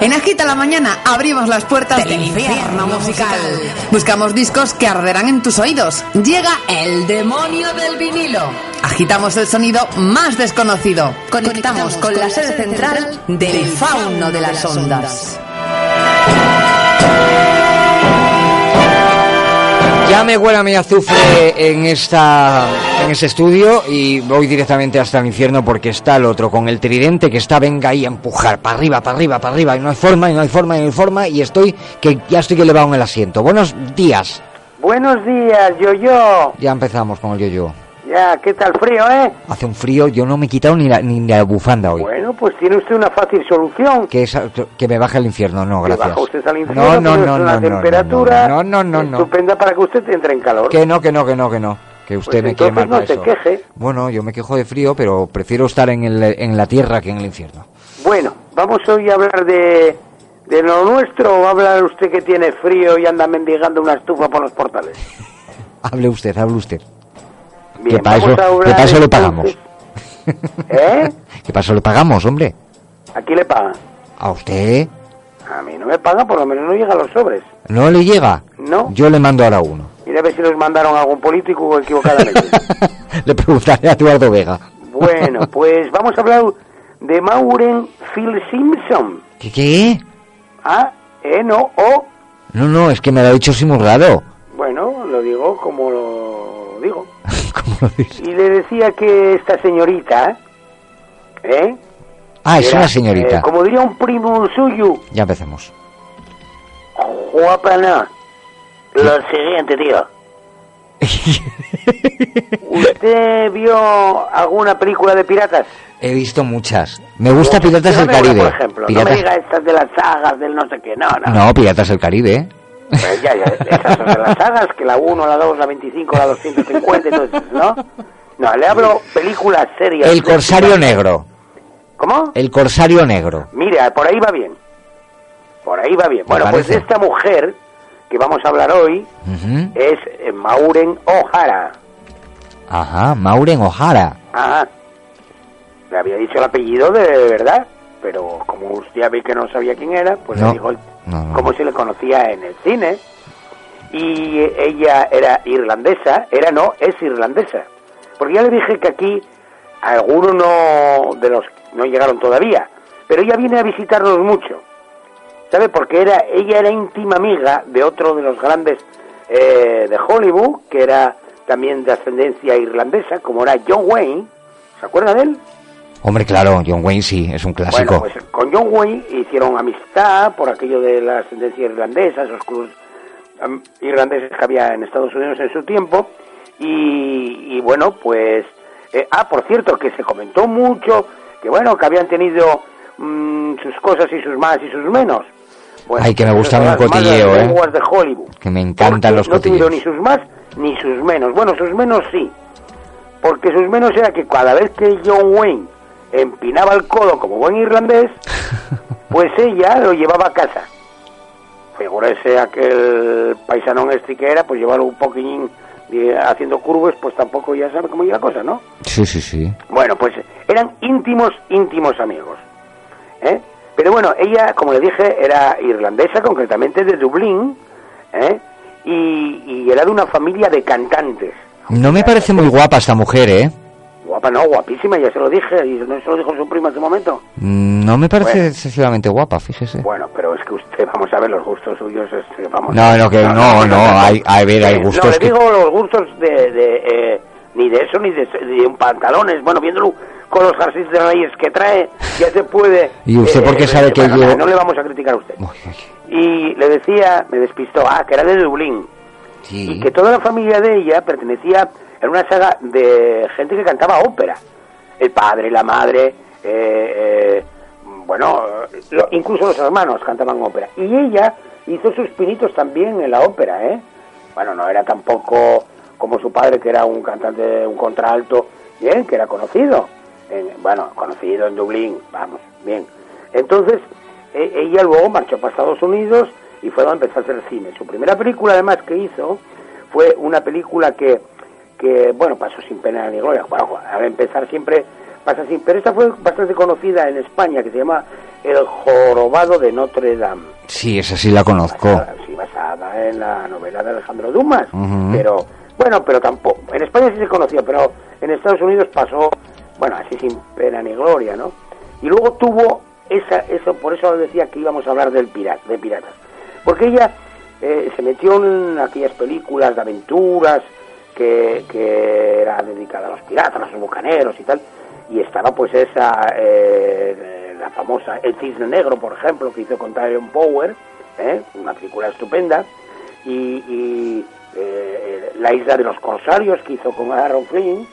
En Agita la Mañana abrimos las puertas del, infierno musical. Buscamos discos que arderán en tus oídos. Llega el demonio del vinilo. Agitamos el sonido más desconocido. Conectamos, con, la sede central del fauno de las ondas. Ya me huele a mi azufre en esta en este estudio y voy directamente hasta el infierno porque está el otro con el tridente que está venga ahí a empujar para arriba, para arriba, para arriba y no hay forma, y no hay forma, y no hay forma y estoy que ya estoy que elevado en el asiento. Buenos días. Buenos días, yo yo. Ya empezamos con el yo-yo. Ya, ¿qué tal frío, eh? Hace un frío, yo no me he quitado ni la, ni la bufanda hoy. Bueno, pues tiene usted una fácil solución. Que, es- que me baje el infierno, no, Que gracias. baja usted al infierno, no, no, tiene no, usted no, una no, no, temperatura no, no, no, no. estupenda para que usted entre en calor. Que no, que no, que no, que no. Que usted Pues me quiere mal entonces no para se eso. queje. Bueno, yo me quejo de frío, pero prefiero estar en, el- en la tierra que en el infierno. Bueno, vamos hoy a hablar de, de lo nuestro o va a hablar usted que tiene frío y anda mendigando una estufa por los portales. Hable usted, hable usted. Bien, que para eso, vamos a que hablar para eso lo pagamos. entonces- ¿Eh? que para eso lo pagamos, hombre. Aquí le pagan. A usted A mí no me pagan, por lo menos no llegan los sobres. no le llega. No. Yo le mando ahora uno. Mira a ver si los mandaron a algún político equivocadamente. le preguntaré a Eduardo Vega. bueno, pues vamos a hablar de Mauren Phil Simpson. ¿Qué? qué? Ah, eh, no, o... No, no, es que me lo ha dicho simulado. Bueno, lo digo como lo digo. ¿Cómo lo dice? Y le decía que esta señorita, ¿eh? Ah, es Era, una señorita. eh, como diría un primo suyo, Ya empecemos. guapana. Lo siguiente, tío. ¿Usted vio alguna película de piratas? Pues He visto muchas. Me gusta Piratas del Dígame una, Caribe. Por ejemplo, no me Piratas... diga estas de las sagas del no sé qué, no, no. No, Piratas del Caribe. ¿eh? Pues ya, ya, esas son de las sagas, que la 1, la 2, la 25, la 250, entonces, ¿no? No, le hablo películas serias. El Corsario Negro. Eh. ¿Cómo? El Corsario Negro. Mira, por ahí va bien. Por ahí va bien. Me Bueno, pues parece. esta mujer que vamos a hablar hoy Ujú. es eh, Mauren O'Hara. Ajá, Mauren O'Hara. Ajá. Le había dicho el apellido de verdad, pero como usted ya vi que no sabía quién era, pues No, le dijo el- no, no. cómo se le conocía en el cine. Y eh, ella era irlandesa, era no, es irlandesa. Porque ya le dije que aquí algunos no de los no llegaron todavía, pero ella viene a visitarnos mucho. ¿Sabe? Porque era, ella era íntima amiga de otro de los grandes eh, de Hollywood, que era también de ascendencia irlandesa, como era John Wayne. ¿Se acuerda de él? Hombre, claro, John Wayne sí, es un clásico. Bueno, pues con John Wayne hicieron amistad por aquello de la ascendencia irlandesa, esos clubes am, irlandeses que había en Estados Unidos en su tiempo. Y, y bueno, pues. eh, ah, por cierto, que se comentó mucho que bueno, que habían tenido mm, sus cosas y sus más y sus menos. Bueno, pues, Ay, que me esas gusta a mí un son las malas cotilleo, ¿eh? lenguas de Hollywood. Que me encantan Porque los no tuvieron ni cotilleos. sus más ni sus menos. Bueno, sus menos sí. Porque sus menos era que cada vez que John Wayne empinaba el codo como buen irlandés, pues ella lo llevaba a casa. Figúrese aquel paisanón este que era, pues llevarlo un poquillín eh, haciendo curvas, pues tampoco ya sabe cómo iba la cosa, ¿no? Sí, sí, sí. Bueno, pues eran íntimos, íntimos amigos. ¿eh? Pero bueno, ella, como le dije, era irlandesa, concretamente de Dublín, ¿eh? y, y era de una familia de cantantes. No me parece muy guapa esta mujer, ¿eh? Guapa, no, guapísima, ya se lo dije, y no se lo dijo su prima hace un momento. No me parece Bueno. excesivamente guapa, fíjese. Bueno, pero es que usted, vamos a ver, los gustos suyos, este, vamos No, no, que no, no, hay- a ver, hay Eh, gustos No, le que- digo los gustos de, de, eh, ni de eso, ni de, de un pantalones, bueno, viéndolo con los jerseys de reyes que trae, ya se puede... ¿Y usted por qué sabe que bueno, yo- nada, No le vamos a criticar a usted. Uy, uy, Y le decía, me despistó, ah, que era de Dublín, y Sí. que toda la familia de ella pertenecía a una saga de gente que cantaba ópera. El padre, la madre, eh, eh, bueno, lo- incluso los hermanos cantaban ópera. Y ella hizo sus pinitos también en la ópera, ¿eh? Bueno, no era tampoco como su padre, que era un cantante, un contralto, bien, que era conocido. en- bueno, conocido en Dublín, vamos, bien. Entonces, e- ella luego marchó para Estados Unidos y fue donde empezó a hacer cine. Su primera película, además, que hizo fue una película que, que bueno, pasó sin pena ni gloria. Bueno, al empezar siempre pasa sin... Pero esta fue bastante conocida en España, que se llama El jorobado de Notre Dame. Sí, esa sí la conozco. Basada, sí, basada en la novela de Alejandro Dumas. Uh -huh. Pero, bueno, pero tampoco. En España sí se conoció, pero en Estados Unidos pasó, bueno, así sin pena ni gloria, ¿no? Y luego tuvo esa, eso, por eso decía que íbamos a hablar del pirata, de piratas. Porque ella eh, se metió en aquellas películas de aventuras que, que era dedicada a los piratas, a los bucaneros y tal, y estaba pues esa, eh, la famosa El Cisne Negro, por ejemplo, que hizo con Tyrion Power, ¿eh? una película estupenda, y, y eh, La Isla de los Corsarios, que hizo con Aaron Flynn.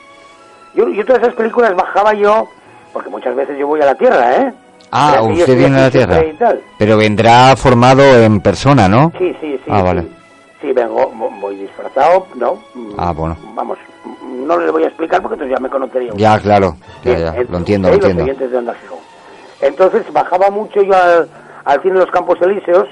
Yo, yo todas esas películas bajaba yo, porque muchas veces yo voy a la tierra, ¿eh? Ah, usted viene de la Tierra. Pero vendrá formado en persona, ¿no? Sí, sí, sí. Ah, vale. Sí, sí vengo, voy disfrazado, ¿no? Ah, bueno. Vamos, no le voy a explicar porque entonces ya me conocería. Ya, claro, ya, ya. Bien, lo entiendo, lo entiendo. Los de Onda entonces bajaba mucho yo al, al cine de los Campos Elíseos,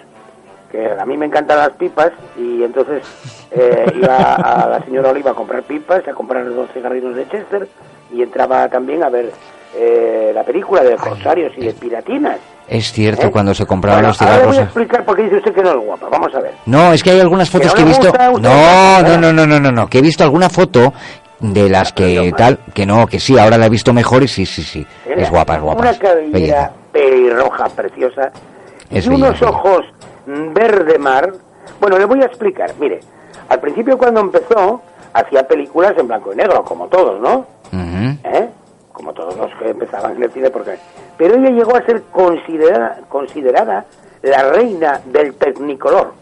que a mí me encantan las pipas, y entonces eh, iba a la señora Oliva a comprar pipas, a comprar dos cigarrillos de Chester, y entraba también a ver eh, la película de corsarios y de piratinas. Es cierto, ¿eh? cuando se compraban bueno, los cigarros. voy a explicar por qué dice usted que no es guapa. Vamos a ver. No, es que hay algunas fotos que, no que he visto. Gusta, no, no, no, no, no, no, no, que he visto alguna foto de las la que broma. tal, que no, que sí, ahora la he visto mejor y sí, sí, sí. Es guapa, es guapa. Una cabellera pelirroja, preciosa. Es y belleza, unos ojos verde mar. Bueno, le voy a explicar. Mire, al principio cuando empezó, hacía películas en blanco y negro, como todos, ¿no? Uh -huh. ¿Eh? como todos los que empezaban en el cine porque pero ella llegó a ser considerada considerada la reina del tecnicolor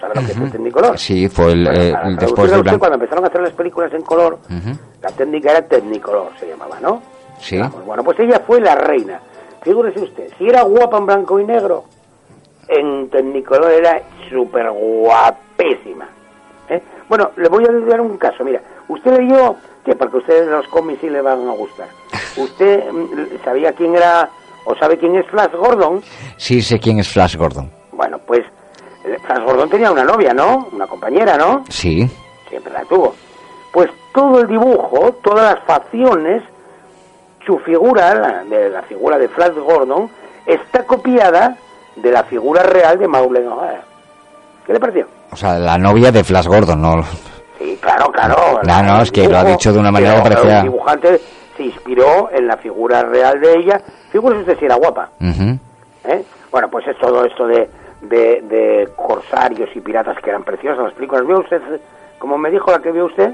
¿sabes uh -huh. lo que es el tecnicolor? sí fue el, bueno, eh, el después del blanco cuando empezaron a hacer las películas en color uh -huh. la técnica era tecnicolor se llamaba ¿no? sí Vamos, bueno pues ella fue la reina figúrese usted si era guapa en blanco y negro en tecnicolor era súper guapísima ¿eh? bueno le voy a dar un caso mira usted leyó que porque a ustedes los cómics sí le van a gustar. ¿Usted mm, sabía quién era o sabe quién es Flash Gordon? Sí, sé quién es Flash Gordon. Bueno, pues Flash Gordon tenía una novia, ¿no? Una compañera, ¿no? Sí. Siempre la tuvo. Pues todo el dibujo, todas las facciones, su figura, la, de la figura de Flash Gordon, está copiada de la figura real de Maule ¿Qué le pareció? O sea, la novia de Flash Gordon, ¿no? Sí, claro, claro. No, no, es que dibujo, lo ha dicho de una manera claro, que parecía... El dibujante se inspiró en la figura real de ella. Figúrese usted si era guapa. Uh -huh. ¿Eh? Bueno, pues es todo esto de, de, de, corsarios y piratas que eran preciosas las películas. ¿Vio usted, como me dijo la que vio usted?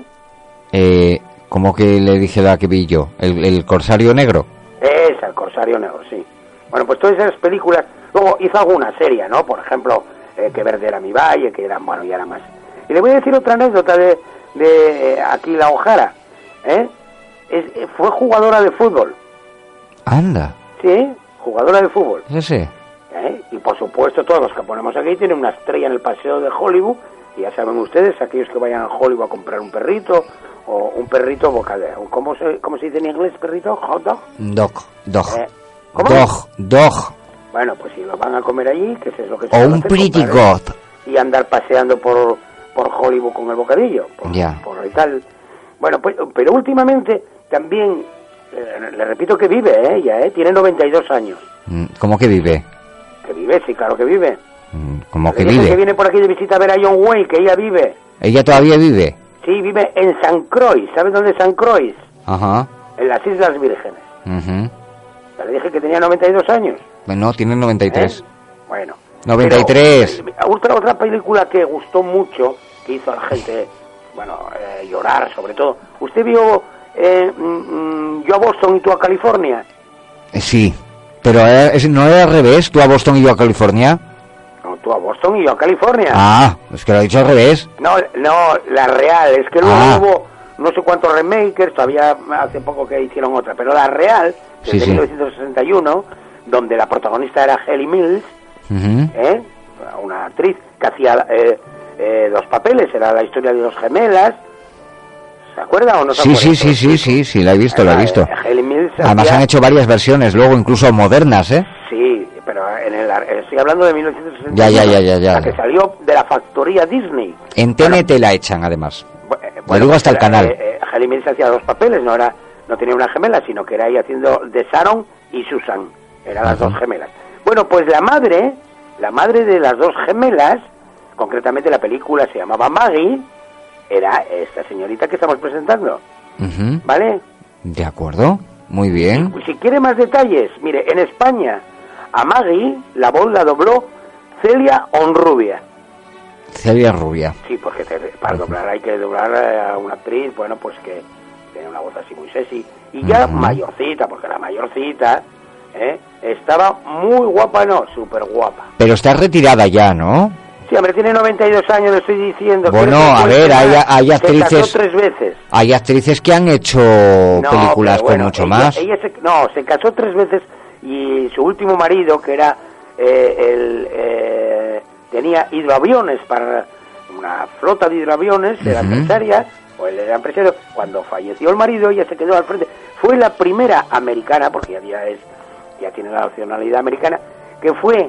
Eh, ¿Cómo que le dije la que vi yo? ¿El, el corsario negro? Esa, el corsario negro, sí. Bueno, pues todas esas películas... Luego hizo alguna serie, ¿no? Por ejemplo, eh, Que Verde era mi valle, que era, bueno, ya era más... Y le voy a decir otra anécdota de, de Aquila Ojara. ¿eh? Es, fue jugadora de fútbol. Anda. Sí, jugadora de fútbol. Sí, sí. ¿Eh? Y por supuesto, todos los que ponemos aquí tienen una estrella en el paseo de Hollywood. Y ya saben ustedes, aquellos que vayan a Hollywood a comprar un perrito o un perrito bocadero. ¿Cómo se, cómo se dice en inglés perrito? ¿Hot dog? Dog, dog. ¿Eh? ¿Cómo? Dog, dog. Bueno, pues si lo van a comer allí, que es lo que se O un pretty god. Y andar paseando por, por Hollywood con el bocadillo, por, yeah. por y tal. Bueno, pues, pero últimamente también, eh, le repito que vive ¿eh? ella, ¿eh? tiene 92 años. Mm, ¿Cómo que vive? Mm, Que vive, sí, claro que vive. ¿Cómo que vive? que viene por aquí de visita a ver a John Wayne, que ella vive. ¿Ella todavía vive? Sí, vive en San Croix, ¿sabes dónde es San Croix? Ajá. En las Islas Vírgenes. Uh -huh. Le dije que tenía 92 años. Bueno, tiene 93. ¿Eh? Bueno. 93. Pero, eh, otra, otra película que gustó mucho, que hizo a la gente, bueno, eh, llorar sobre todo. ¿Usted vio eh, mm, Yo a Boston y tú a California? ¿Eh? Eh, Sí, pero eh, ¿no era al revés, tú a Boston y yo a California? No, tú a Boston y yo a California. Ah, es que lo he dicho al revés. No, no, la real, es que luego ah. hubo no sé cuántos remakers, todavía hace poco que hicieron otra, pero la real, desde sí, sí. 1961, donde la protagonista era Haley Mills, Uh -huh. ¿Eh? una actriz que hacía eh, eh, dos papeles, era la historia de dos gemelas. ¿Se acuerda o no se sí, acuerda? Eh, Sí, sí, sí, sí, sí, la he visto, la he visto. Además hacía... han hecho varias versiones, luego incluso modernas, ¿eh? Sí, pero en el, eh, estoy hablando de 1960. Ya, ya, ya, ya, ya. La que salió de la factoría Disney. En TNT bueno, la echan, además. Bueno, luego hasta eh, pues era, eh, el canal. Haley Mills hacía dos papeles, no era no tenía una gemela, sino que era ella haciendo de Sharon y Susan. eran las dos gemelas. Bueno, pues la madre, la madre de las dos gemelas, concretamente la película se llamaba Maggie, era esta señorita que estamos presentando, Ujú. ¿vale? De acuerdo. Muy bien. Pues si quiere más detalles, mire, en España, a Maggie la voz la dobló Celia Onrubia. Celia Rubia. Sí, porque te- para doblar hay que doblar eh, a una actriz, bueno, pues que tiene una voz así muy sexy. Y ya Ujú. mayorcita, porque la mayorcita ¿eh? estaba muy guapa, no, súper guapa. Pero está retirada ya, ¿no? Sí, hombre, tiene 92 años, le estoy diciendo. Bueno, ¿Quieres que a ver, cuente hay- más? hay Se actrices- casó tres veces. Hay actrices que han hecho No, películas pero bueno, con mucho ella- más. ella se- no, se casó tres veces y su último marido, que era eh, el eh, tenía hidroaviones para una flota de hidroaviones, era Ujú. empresaria, o él era empresario. Cuando falleció el marido, ella se quedó al frente. Fue la primera americana, porque ya, ya es ya tiene la nacionalidad americana, que fue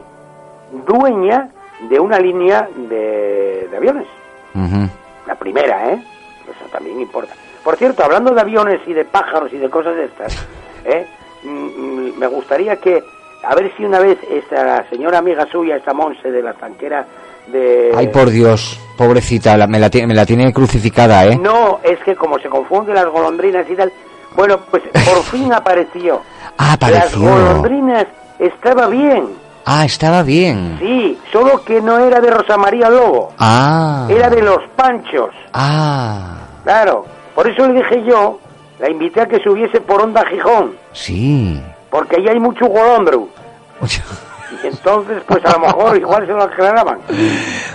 dueña de una línea de- de aviones. Ujú. La primera, ¿eh? Eso también importa. Por cierto, hablando de aviones y de pájaros y de cosas de estas, ¿eh? Mm, mm, me gustaría que, a ver si una vez esta señora amiga suya, esta Monse de la tanquera de... Ay, por Dios, pobrecita, la- me, la, ti- me la tiene crucificada, ¿eh? No, es que como se confunden las golondrinas y tal, bueno, pues por fin apareció. Ah, Las apareció. golondrinas estaba bien, Ah, estaba bien. sí, solo que no era de Rosa María Lobo, Ah. era de los panchos. Ah, Claro, por eso le dije yo, la invité a que subiese por Onda Gijón, sí. porque ahí hay mucho golondro. ¿Eh? Y entonces, pues a lo mejor igual se lo aclaraban.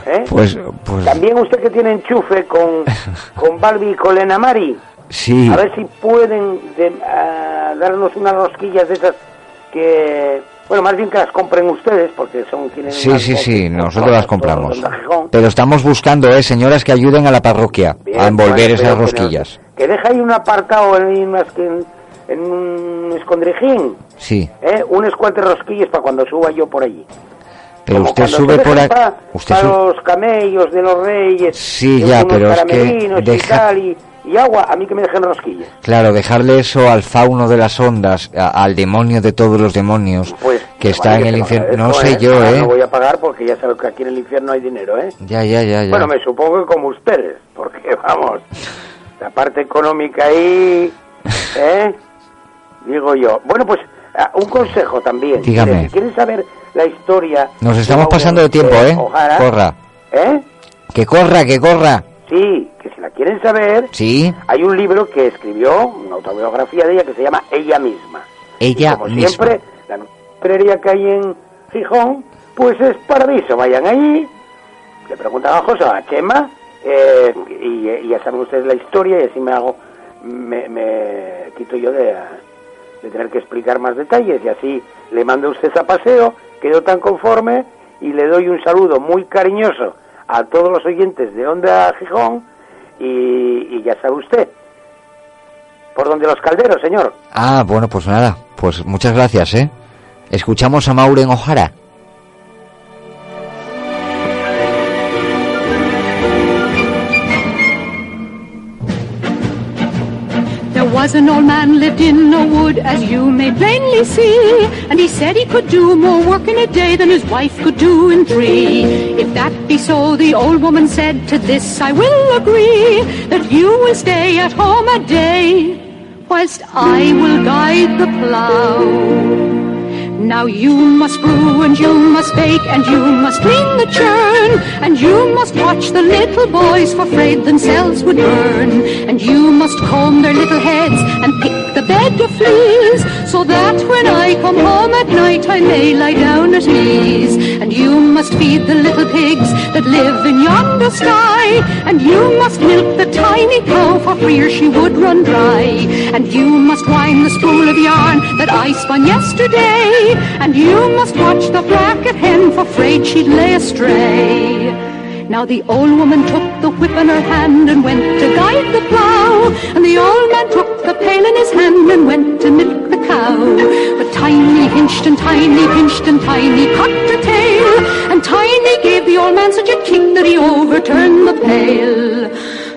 ¿eh? Pues, pues. También usted que tiene enchufe con, con Barbie y con Lena Mari, Sí. a ver si pueden de- ah, darnos unas rosquillas de esas que... Bueno, más bien que las compren ustedes, porque son quienes... Sí, más sí, voces sí, con nosotros las todas, todas compramos. Onda Gijón. Pero estamos buscando, ¿eh? Señoras que ayuden a la parroquia Bien, a envolver bueno, esas pero que no- rosquillas. Que, deja ahí un apartado en, unas que en- en un escondrijín, Sí. ¿eh? unos cuantos rosquillas para cuando suba yo por allí. Pero Como usted cuando sube te por dejan a- pa- Usted pa sube- los camellos de los reyes. Sí, y ya, unos pero es que caramelinos deja- Y, tal, y, y agua, a mí que me dejen rosquillas. Claro, dejarle eso al fauno de las ondas, a- al demonio de todos los demonios, Pues, que está en vale, el te lo infierno. No sé agradezco, yo, Ahora ¿eh? No voy a pagar porque ya sabes que aquí en el infierno hay dinero, ¿eh? Ya, ya, ya, ya. Bueno, me supongo que como ustedes, porque vamos, la parte económica ahí, ¿eh? Digo yo. Bueno, pues ah, un consejo también. Dígame. Mire, Si quieren saber la historia... Nos estamos Mauro, pasando de tiempo, ¿eh? O'Hara, Corra. ¿Eh? Que corra, que corra. Sí, que si la quieren saber, Sí, hay un libro que escribió, una autobiografía de ella, que se llama Ella misma. Ella Y como misma. siempre, la librería que hay en Gijón, pues es paraíso. Vayan allí, le preguntan a José, a Chema, eh, y, y ya saben ustedes la historia, y así me hago, me, me quito yo de, de tener que explicar más detalles, y así le mando a usted a paseo, quedo tan conforme, y le doy un saludo muy cariñoso a todos los oyentes de Onda Gijón, y, y ya sabe usted, por donde los calderos, señor. Ah, bueno, pues nada. Pues muchas gracias, ¿eh? Escuchamos a Mauren O'Hara. There was an old man lived in a wood, as you may plainly see, and he said he could do more work in a day than his wife could do in three. If that be so, the old woman said, to this I will agree, that you will stay at home a day, whilst I will guide the plough. Now you must brew and you must bake and you must clean the churn and you must watch the little boys for afraid themselves would burn and you must comb their little heads and pick the bed of fleas so that when I come home at night I may lie down at ease and you must feed the little pigs that live in yonder sty and you must milk the tiny cow for fear she would run dry and you must wind the spool of yarn that I spun yesterday and you must watch the bracket hen for afraid she'd lay astray now the old woman took the whip in her hand and went to guide the plough. And the old man took the pail in his hand and went to milk the cow. But Tiny hinched and Tiny pinched and Tiny cut her tail. And Tiny gave the old man such a kick that he overturned the pail.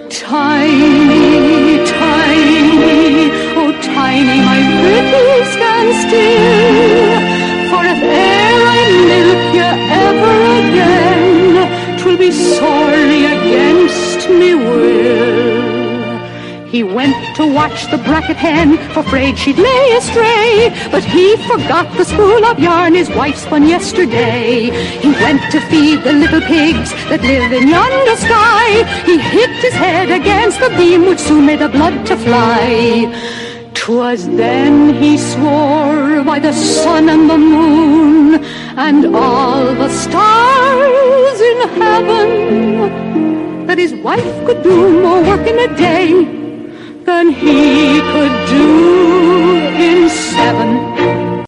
Tiny, Tiny, oh Tiny, my pretty, stand still. catch the bracket hen, afraid she'd lay astray. But he forgot the spool of yarn his wife spun yesterday. He went to feed the little pigs that live in yonder sky. He hit his head against the beam, which soon made the blood to fly. 'Twas then he swore by the sun and the moon and all the stars in heaven that his wife could do more work in a day than he could do in seven.